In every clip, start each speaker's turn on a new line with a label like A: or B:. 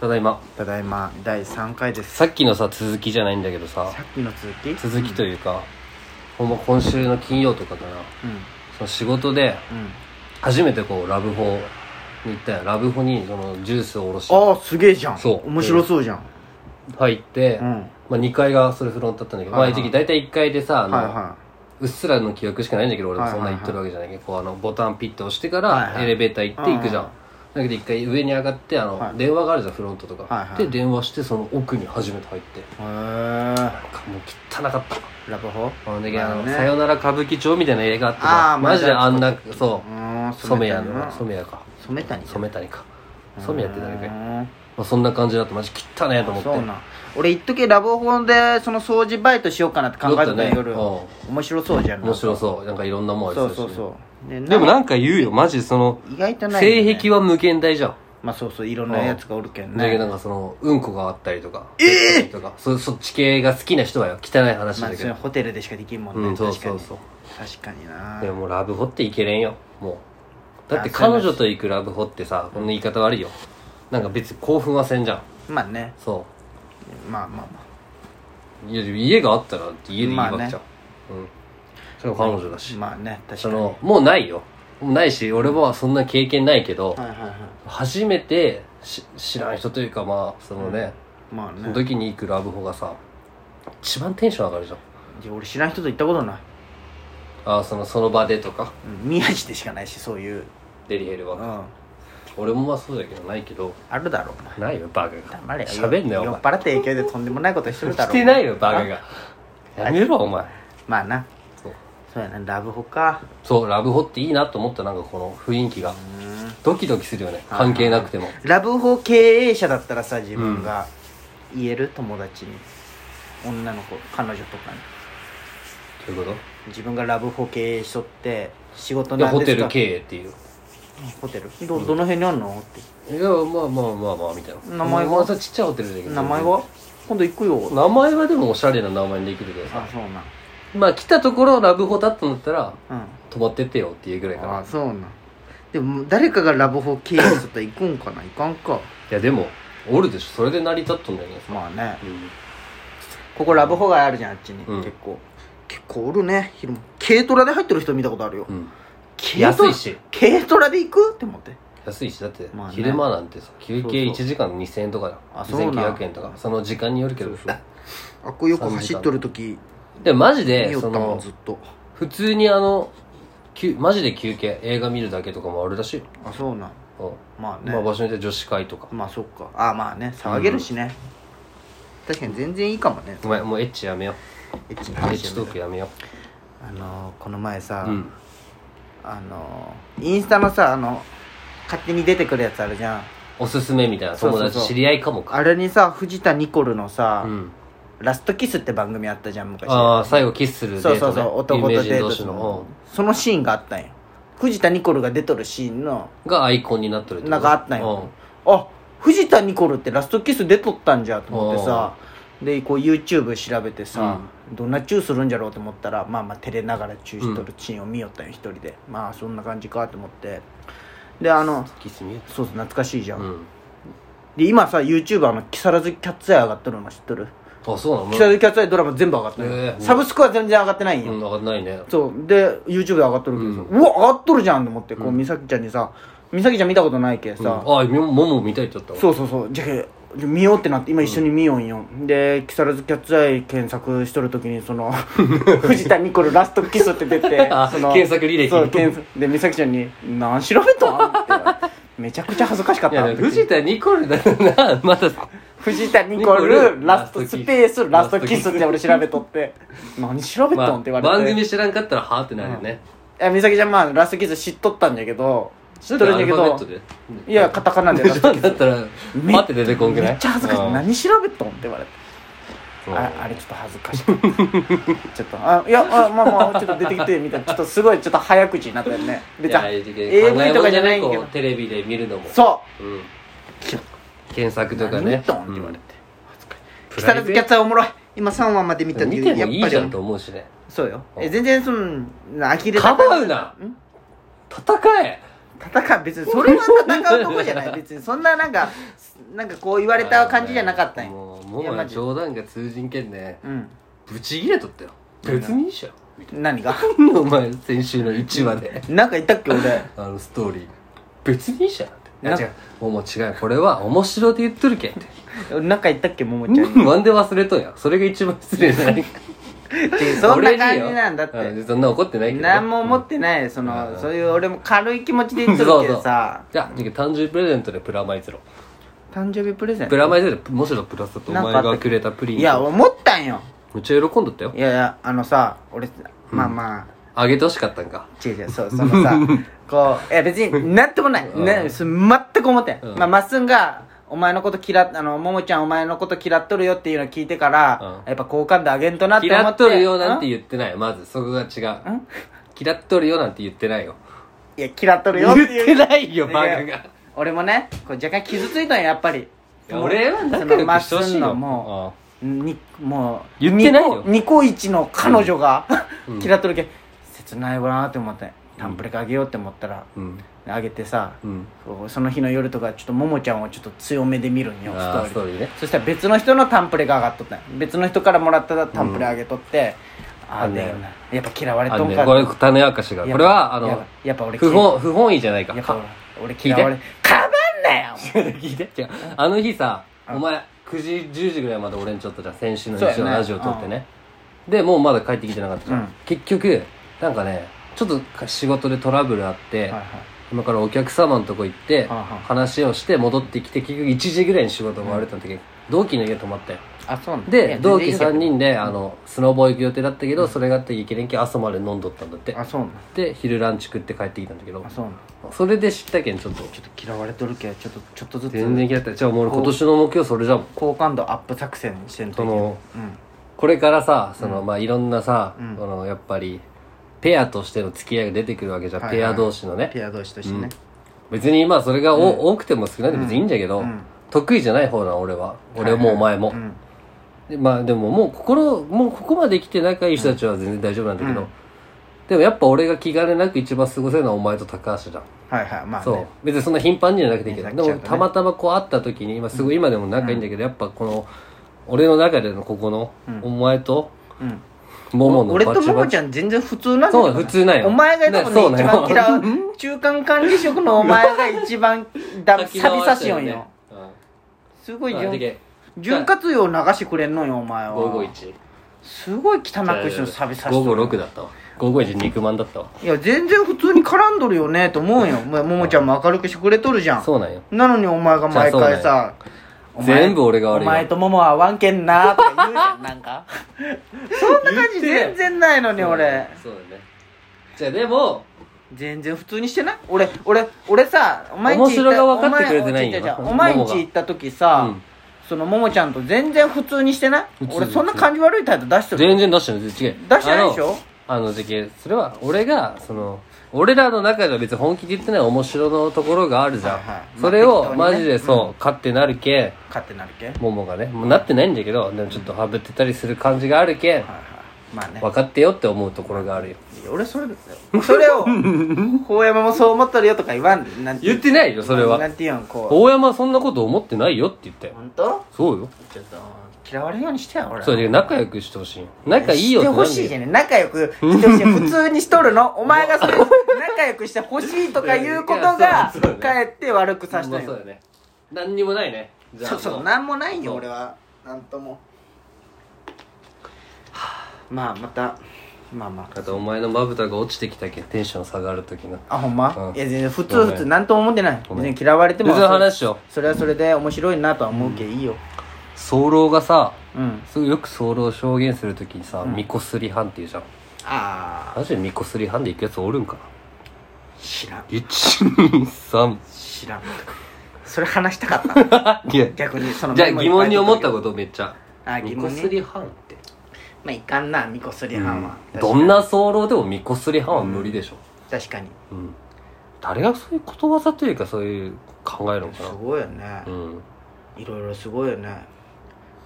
A: ただいま
B: ただいま第3回です
A: さっきのさ続きじゃないんだけどさ
B: さっきの続き
A: 続きと
B: う
A: いうか、ほんま今週の金曜とかかな
B: うん
A: その仕事で
B: うん
A: 初めてこうラブホに行ったよラブホにそのジュースをおろし
B: ああすげえじゃん
A: そう
B: 面白そうじゃん
A: 入って、
B: うんはい
A: まあ、2階がそれフロントだったんだけど、
B: はいはい
A: まあ一時大体1階でさあの、
B: は
A: うっすらの記憶しかないんだけど俺もそんな言ってるわけじゃないけど、こうあのボタンピッて押してから
B: はい
A: エレベーター行って行くじゃん、
B: うん
A: だけど一回上に上がってあの、
B: はい
A: 電話があるじゃんフロントとか、
B: はいはい
A: で電話してその奥に初めて入って
B: いへ
A: なんかもう汚かった
B: えラブホ
A: あのねあの
B: まあね
A: さよなら歌舞伎町みたいな映画あって
B: あ
A: さ
B: ー
A: マジで
B: ま
A: あ
B: あ
A: んな
B: う
A: そ
B: ーん
A: う染谷
B: 谷
A: の
B: な
A: 染谷か
B: 染谷
A: 染谷か染谷って誰かいま
B: か
A: あそんな感じだったマジ汚ねえと思って
B: そうなん俺一時ラブホでその掃除バイトしようかなって考えてた
A: ね
B: 夜
A: うん
B: 面白そうじゃん
A: 面白そうなんかいろんなもんあり
B: そ
A: そうう
B: そう
A: だしね
B: そうで
A: でも
B: な
A: なんか言うよマジその
B: 意外とないよね
A: 性癖は無限大じゃん
B: まあそうそういろんなやつがおるけん
A: だけどな
B: ね
A: んかそのうんこがあったりとかええとかそそっち系が好きな人はよ汚い話
B: ま
A: だけ
B: あそれ
A: ど
B: ホテルでしかできんもん
A: う
B: ね
A: んそう
B: 確か
A: そう
B: に
A: そう
B: 確かにな
A: でもラブホっていけれんよもうだって彼女と行くラブホってさこの言い方悪いよなんか別に興奮はせんじゃん
B: まあね
A: そ
B: まあまあま
A: ういや家があったら家でいいわけじゃん、
B: まあね
A: うんそれは彼女だ
B: あ
A: し
B: まあね確か
A: そ
B: に
A: のもうないよもうないし俺もそんな経験ないけど
B: はいはいは
A: 初めてし知らん人というかまあそのね、
B: いまあ
A: その
B: ね
A: 時に行くラブホがさ一番テンション上がるじゃん
B: いや俺知らん人と行ったことない、
A: ああそのその場でとか
B: うん、宮地でしかないしそういう
A: デリヘル
B: う
A: は
B: ん
A: 俺もまあそうだけどないけど
B: あるだろお前
A: ないよバカが
B: 黙れよ
A: 喋んなよお
B: 酔
A: 前
B: っ払った影響でとんでもないことしてるだろ
A: してないよ
B: お前
A: バカがやめろお前
B: まあな
A: そう
B: そうやなラブホか
A: そうラブホっていいなと思ったなんかこの雰囲気が
B: うん
A: ドキドキするよね関係なくても
B: ラブホ経営者だったらさ自分が言える友達に女の子彼女とかに
A: というこ
B: 自分がラブホ経営しとって仕事
A: とで
B: なん
A: ホ
B: です
A: テ
B: か
A: ル経営っていう
B: ホテルどどの辺にあんのって
A: いやまあまあまあまあみたいな
B: 名前は
A: まあそれちっちゃいホテルだけど
B: 名前は今度行くよ
A: 名前はでもおしゃれな名前にできるけどさ
B: あそうなん
A: まあ来たところラブホだったんだったら
B: うん
A: 泊まってってよっていうぐらいかな
B: あそうなんでも誰かがラブホ経営しとったら行くんかな行かんか
A: いやでもおるでしょそれで成り立っとんだよね
B: まあね
A: うん
B: ここラブホがあるじゃんあっちに、
A: うん
B: 結構結構おるね昼間軽トラで入ってる人見たことあるよ、
A: うん
B: 軽ト
A: 安
B: ラ
A: いし
B: 軽トラで行くって思って
A: 安いしだって
B: まあね
A: 昼間なんてさ休
B: そう
A: 憩1時間2000円とかだ
B: あそうなん
A: 2900円とかその時間によるけど
B: あっこよく走っとる時
A: でもマジ
B: 見
A: で
B: よった
A: そ
B: もん
A: の
B: ずっと
A: 普通にあのきゅマジで休憩映画見るだけとかもあるらしいよ
B: あそうなん
A: う
B: まあ
A: ん
B: ね
A: まあ場所によって女子会とか
B: まあそっかあまあね騒げるしね、確かに全然いいかもね
A: ごめんもうエッチやめよ
B: エッチ
A: うエ
B: な
A: ッ
B: 話
A: チトークやめよ
B: あのーこの前
A: う
B: さ、
A: うん
B: あのーインスタのさあの勝手に出てくるやつあるじゃん
A: おすすめみたいな
B: そうそ
A: 友
B: うそう
A: 達知り合いかもか
B: あれにさ藤田ニコルのさ、
A: うん
B: ラストキスって番組あったじゃん昔
A: ああ最後キスするデート
B: そう
A: ね
B: そうそう男と
A: 有名人
B: デー
A: 同
B: ト
A: 士
B: する
A: の
B: のそのシーンがあったんよ藤田ニコルが出とるシーンの
A: うんがアイコンになってるってこと
B: なんかあったんよあ藤田ニコルってラストキス出とったんじゃと思ってさでこう YouTube 調べてさ、どんなチューするんじゃろうと思ったらまあまあ照れながらチューしとるシーンを見よったんよ一人でまあそんな感じかと思ってであ
A: う
B: の
A: んキス見え
B: そうそう懐かしいじゃ
A: た
B: ん、
A: うん
B: で今さ YouTuber の木更津キャッツアイ上がっとるの知っとる
A: あそうなの
B: 木更津キャッツアイドラマ全部上がってる、
A: へえ
B: サブスクは全然上がってないんよ、
A: うん、上がんないね。
B: そうで YouTube で上がっとるけどさ、うわ上がっとるじゃんと思ってこう美咲ちゃんにさ美咲ちゃん見たことないけ
A: うん
B: さ、
A: あ、みもも見たいって言ったわ。
B: そうそうそうじゃけじゃ見ようってなって今一緒に見ようんよ、で木更津キャッツアイ検索しとる時にその 藤田ニコルラストキスって出 て
A: あ
B: その
A: 検索履歴
B: そう検索で美咲ちゃんに「何調べたん?」って言われてめちゃくちゃ恥ずかしかっ
A: い
B: た
A: や、
B: あ
A: で
B: の
A: も
B: 時
A: 藤田ニコルだよな、まだ。
B: 藤田ニコ
A: ニコル
B: ルラストスペース
A: ラ
B: ラ
A: ス
B: ス
A: ト
B: ト
A: キ
B: キ
A: ス
B: スって俺調べとって 何調べ
A: ま
B: たん
A: あ
B: って言われて、
A: 番組知らんかったら、はあってなるよね。
B: いや美咲ちゃんまあラストキス知っとったんだけど知っとるんだけ
A: アルファベッ
B: ど
A: トで。
B: いやカタカナでラストキス
A: だったら、
B: め
A: パって出てこんくない
B: めっちゃ恥ずかしい何調べとんって言われて
A: うん
B: ああれちょっと恥ずかしい ちょっとあいやあまあまあちょっと出てきてみたいなちょっとすごいちょっと早口になったよね
A: うん
B: 別
A: いや
B: に
A: AV
B: AV
A: と
B: と
A: か
B: か
A: じ
B: じ
A: ゃ
B: ゃ
A: な
B: ないい
A: け
B: け
A: ど
B: ど
A: テレビで見るのも
B: そ
A: うん
B: う
A: 検索とか
B: 何見
A: ね
B: とんって言われて恥ずかしい
A: プ
B: 木
A: ライベート
B: 更津キャッツはおもろい今3話まで見
A: う
B: た
A: ん
B: んだ
A: 見
B: け
A: て
B: ど
A: もいいじゃ
B: やっ
A: ん
B: ぱ
A: と思うしね
B: りそうよ
A: う
B: え
A: ん
B: 全然その呆れ
A: か
B: た
A: ばうなん戦え
B: 戦う別にそれは戦うとこじゃない別にそんななんかなんかこう言われた感じじゃなかったんや
A: もう
B: いや
A: も
B: マ
A: う
B: ジ
A: 冗談が通じんけんね
B: うん
A: ブチ切れとったよ別にいいじゃんみたい
B: 何が
A: なお前先週の1話で
B: なんか言ったっけ俺
A: あのストーリー別にいいじゃんってい
B: な
A: や違うもうもう違うよこれは面白で言っとるけんって
B: なんか言ったっけももちゃんに
A: なんで忘れとんやそれが一番失礼じゃない
B: 違う そんな
A: 俺によ
B: 感じなんだっ
A: う
B: て
A: そんな怒ってないけど
B: 何も思ってないそ
A: うん
B: のそういう俺も軽い気持ちで言ってるけどさ
A: いやじゃあ誕生日プレゼントでプラマイゼロ
B: 誕生日プレゼン
A: プ
B: ト
A: ラマイゼロもしろプラスだとお
B: なん
A: 前
B: かあった
A: がくれたプリン
B: いや思ったんよ
A: めっちゃ喜んどったよ
B: いやいやあのさ俺まあまあ
A: あげてほしかったんか
B: 違う違うそうそ のさこういや別になんともない、
A: うん
B: ね、それ全く思ってん、
A: うん
B: まあ、まっすんがお前のこと嫌っあのももちゃんお前のこと嫌っとるよっていうのを聞いてから、
A: うん
B: やっぱ好感度上げんとなって思って
A: 嫌っとるよなんて
B: う
A: 言ってないまずそこが違うん嫌っとるよなんて言ってないよ
B: いや嫌っとるよ
A: 言
B: っ
A: って
B: いう
A: てないよ
B: いや
A: バカが
B: 俺もねこう若干傷ついたんよやっぱり
A: いや俺は仲良くしてほしい
B: そのまっすんの
A: よ
B: も
A: も
B: うにもう
A: 言ってないよ
B: ニコイチの彼女が、
A: うん
B: 嫌っとるけん切ないわなって思ってタンプレカあげようって思ったら、
A: うん
B: あげてさ、
A: うん
B: こうその日の夜とかちょっとももちゃんをちょっと強めで見るんよスト
A: ああ
B: ーリー
A: ストーリーね
B: そしたら別の人のタンプレが上がっとったんよ別の人からもらったタンプレあげとって、ああ
A: あんねん
B: だよなやっぱ嫌われ
A: あ
B: と
A: の
B: ん
A: ね
B: か
A: これ種明かしが
B: やっぱ
A: これはあ
B: や
A: の
B: っぱやっぱ俺
A: 不本不本意じゃないか
B: やっぱ
A: か
B: 俺
A: 聞い
B: 俺
A: て
B: 嫌われかばん なよ
A: 聞いて違うあの日さお前9時10時ぐらいまで俺んちょっとじゃん先週の日
B: そう
A: 曜
B: やね
A: ラジオ撮ってねでもうまだ帰ってきてなかったじゃん、
B: うん
A: 結局なんかねちょっと仕事でトラブルあって、
B: はいはい
A: 今からお客様のとこ行って
B: はあはあ
A: 話をして戻ってきて結局1時ぐらいに仕事終われた時、同期の家泊まったよ
B: あそうなんだいや
A: で
B: 全然
A: 同
B: い
A: 期
B: いんだけ
A: 3
B: ど
A: 人であのスノボ行く予定だったけど、それがあって行けれんけん朝まで飲んどったんだって
B: あそうなんだ
A: で昼ランチ食って帰ってきたんだけど
B: あそうなんだ
A: それで知ったけんちょっと
B: ちょっと嫌われとるけどちょっとちょっとず
A: 全然
B: つ
A: 嫌だったじゃあもう俺今年の目標それじゃん
B: 好感度アップ作戦してんと
A: そ
B: いけん
A: の
B: うん
A: これからさその、まあいろんなさ、
B: うん
A: そのやっぱりペアとしての付き合いが出てくるわけじゃん、
B: はいはい
A: ペア同士のね
B: ペア同士としてね、
A: 別にまあそれがお、多くても少ないで別にいいんだけど、
B: うん
A: 得意じゃない方な俺は俺もお前も、
B: うん
A: でまあでももう心もうここまで来て仲いい人たちは全然大丈夫なんだけど、
B: うん
A: でもやっぱ俺が気兼ねなく一番過ごせるのはお前と高橋じゃん、
B: はいはいまあ、ね、
A: そう別にそんな頻繁にじゃなくていいけど、
B: ね
A: で
B: なっち
A: も
B: ゃうとね
A: たまたまこう会った時に今すごい今でも仲いいんだけど、やっぱこの俺の中でのここの、
B: うん
A: お前と
B: うん
A: ももの
B: 俺と
A: バチ
B: も
A: バ
B: も
A: チ
B: ちゃん全然普通なんだ
A: そう普通なんよ
B: お前が多分ね一
A: な そう
B: 番
A: なんよ
B: 嫌う中間管理職のお前が一番 だ
A: 先
B: 錆
A: 回
B: びさ
A: し
B: し
A: だ
B: よ
A: よ
B: ん
A: ね
B: よ
A: うん
B: すごい
A: まあ
B: 潤
A: で
B: 潤滑油を流してくれんのよお前は
A: 551
B: すごい汚くしての錆びさし
A: 午
B: と
A: 後
B: る
A: 6だったわ551肉まんだったわ
B: いや全然普通に絡んどるよねと思う よももちゃんも明るくしてくれとるじゃん
A: そうなんよ
B: なのにお前が毎回さお前
A: 全部俺が悪いよ
B: お前とももは合わんけんなとか言うじゃんなん かそんな感じ全然ないのに俺
A: そうだねじゃあでも
B: 全然普通にしてない俺俺俺さお前んち行
A: 面白
B: っ
A: が分
B: た
A: かってくれてないんよ
B: お前違う違う違
A: ももが
B: うお前んち行った時
A: う
B: さ、
A: ん
B: そのももちゃんと全然普通にしてない
A: 普通
B: 俺そんな感じ悪い態度出してる
A: 全然出してない違う出して
B: 出してないでしょ
A: あの時期それは俺がその俺らの中では別に本気で言ってない面白のところがあるじゃん、
B: はいはい
A: それを
B: まあ
A: マ
B: 適当
A: ジ
B: にね
A: でそう、勝ってなるけん
B: 勝手なるけはい
A: ももがねもうなってないんだけどでもちょっとはぶってたりする感じがあるけん、
B: はいまあね
A: 分かってよって思うところがあるよ
B: 俺それそれ を「大山もそう思っとるよ」とか言わんなん
A: 言ってないよそれは
B: なんて言うんこ
A: 大山はそんなこと思ってないよって言った
B: う
A: よ
B: 本当
A: そうよ
B: ちょっと嫌われるようにしてよ俺
A: それで仲良くしてほしい仲いいよ
B: してほ
A: って
B: しい
A: なん
B: じ
A: で
B: ゃね仲良くしてほしい普通にしとる のお前がそれ仲良くしてほしいとかいうことが
A: そうそう
B: かえって悪くさし
A: ま
B: た
A: あ
B: ん
A: そう
B: よ
A: だね何にもないねじゃあ
B: そうそう
A: も
B: なんもないよ
A: そう
B: 俺はなん ともまあまたまあまあ
A: あとお前のまぶたが落ちてきたけんテンション下がる時の
B: あほんま
A: うん
B: いや全然普
A: ご
B: 通
A: めん
B: 普通なんとも思ってない
A: ご
B: 別
A: めん
B: に嫌われて
A: 別
B: も
A: の話よ
B: それはそれで面白いなとは思うけどいいよ
A: 早漏がさ
B: うん
A: すごいよく早漏を証言するときにさ
B: ん
A: みこすり班っていうじゃん
B: ああ
A: マジでみこすり班で行くやつおるんかな
B: 知らん
A: 123
B: 知らん それ話したかった
A: いや
B: 逆にその
A: じゃあ
B: メモ
A: 疑
B: いぱい
A: 問に思った
B: 取
A: ことめっちゃ
B: あ疑問ね
A: みこすり班って
B: けどまあいかんなみこすりはんは
A: どんな早漏でもみこすり班は無理でしょ
B: 確かに
A: うん誰がそういうことわざというかそういう考えるのか
B: すごいよね
A: なうん
B: いろいろすごいよね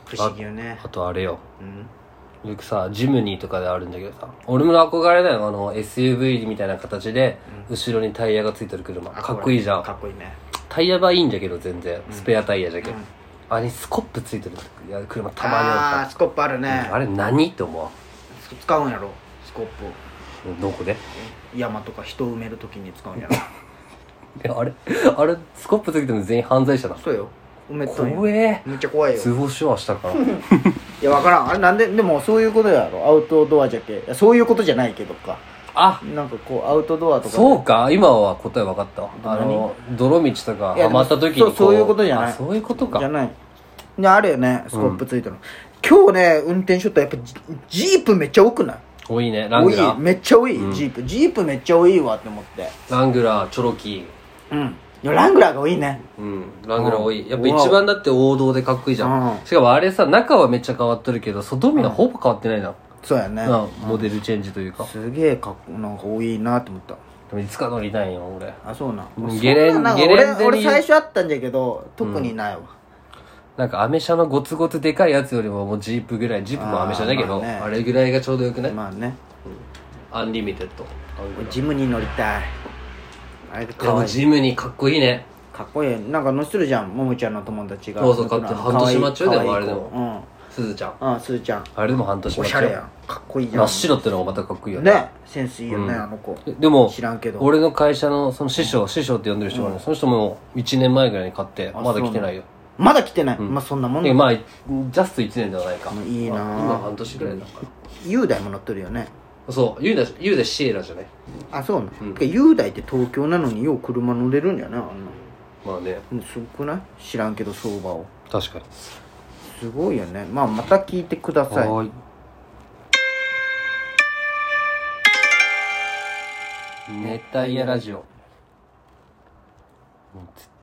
B: 不思議よね
A: あとあれよ
B: うん
A: よくさジムニーとかであるんだけどさ俺の憧れだよあの SUV みたいな形で後ろにタイヤがついてる車かっこいいじゃん
B: かっこいいね
A: タタイヤはいいんじゃけど全然スペアタイヤじゃけど、
B: うん
A: あれスコップついてるいや車たまに
B: あ
A: あ
B: あスコップある
A: る
B: ね
A: あれ何って思う
B: 使うんやろスコップを
A: どこで
B: 山とか人を埋めるときに使 うんやろ
A: えあれ あれスコップついてるの全員犯罪者な
B: そうよ埋めとんよ
A: 怖え
B: めっちゃ怖いよ
A: 通報しよう明日から
B: いや分からんあれなんででもそういうことやろアウトドアじゃけいやそういうことじゃないけどか
A: あ
B: なんかこうアウトドアとかで
A: そうか今は答え分かったわあの泥道とか
B: いや
A: ハマった時に
B: そうそういうことじゃない
A: あそういうこと
B: じゃ
A: か
B: ないねあるよねスコップついてるの、今日ね運転しとったらやっぱジジープめっちゃ多くない
A: 多いねラン
B: 多
A: グ
B: い
A: ラー
B: めっちゃ多い、
A: うん
B: ジープジープめっちゃ多いわって思って
A: ラングラーチョロキー
B: うんいやラングラーが多いね
A: うん、ラングラー多
B: う
A: い
B: ん
A: やっぱ一番だって王道でかっこいいじゃ
B: うん
A: んしかもあれさ中はめっちゃ変わっとるけど外見はほぼ変わってないな、
B: そうやね
A: なモデルチェンジというか、
B: すげえかっこなんか多いなって思った
A: でもいつか乗りたいよ俺
B: あそうな
A: うんゲレン
B: そんななんか
A: ゲレンデ
B: 俺
A: に
B: 俺最初あったんじゃけど特にないわ、
A: なんかアメ車のゴツゴツでかいやつよりももうジープぐらいジープもアメ車だけ
B: あー
A: どあ,、
B: まあね
A: れぐらいがちょうどよくない、
B: まあね
A: アンリミテッド
B: ジムに乗りたいあれが
A: か
B: 可
A: わ
B: 愛
A: い
B: い
A: ジムにかっこいいね
B: かっこいいなんか乗せてるじゃんももちゃんの友達が
A: そうそう買って
B: 可愛い
A: 半年待ちよでも
B: 可愛い
A: あれでも
B: うん
A: すずちゃん
B: あすずちゃん
A: あれでも半年
B: お
A: 待
B: し
A: ち
B: ゃ
A: よ
B: れやんかっこいいじゃん
A: 真っ白ってのがまたかっこいいよね
B: ねセンスいいよね、
A: うん
B: あの子
A: ででも
B: 知らんけど
A: 俺の会社のその師匠、師匠って呼んでる人がね、その人も1年前ぐらいに買って
B: あ
A: まだ来てないよ
B: まだ来てない、まあそんなもんだ
A: でまあジャスト1年ではないか
B: いいなぁ
A: 今半年ぐらいだから
B: 雄大も乗ってるよね
A: そう雄大雄大シエラじゃない
B: あそうな、てか雄大って東京なのによう車乗れるんやなあんな
A: まあね
B: うんすごくない知らんけど相場を
A: 確かに
B: すごいよねまあまた聞いてください
A: はーい熱帯夜ラジオ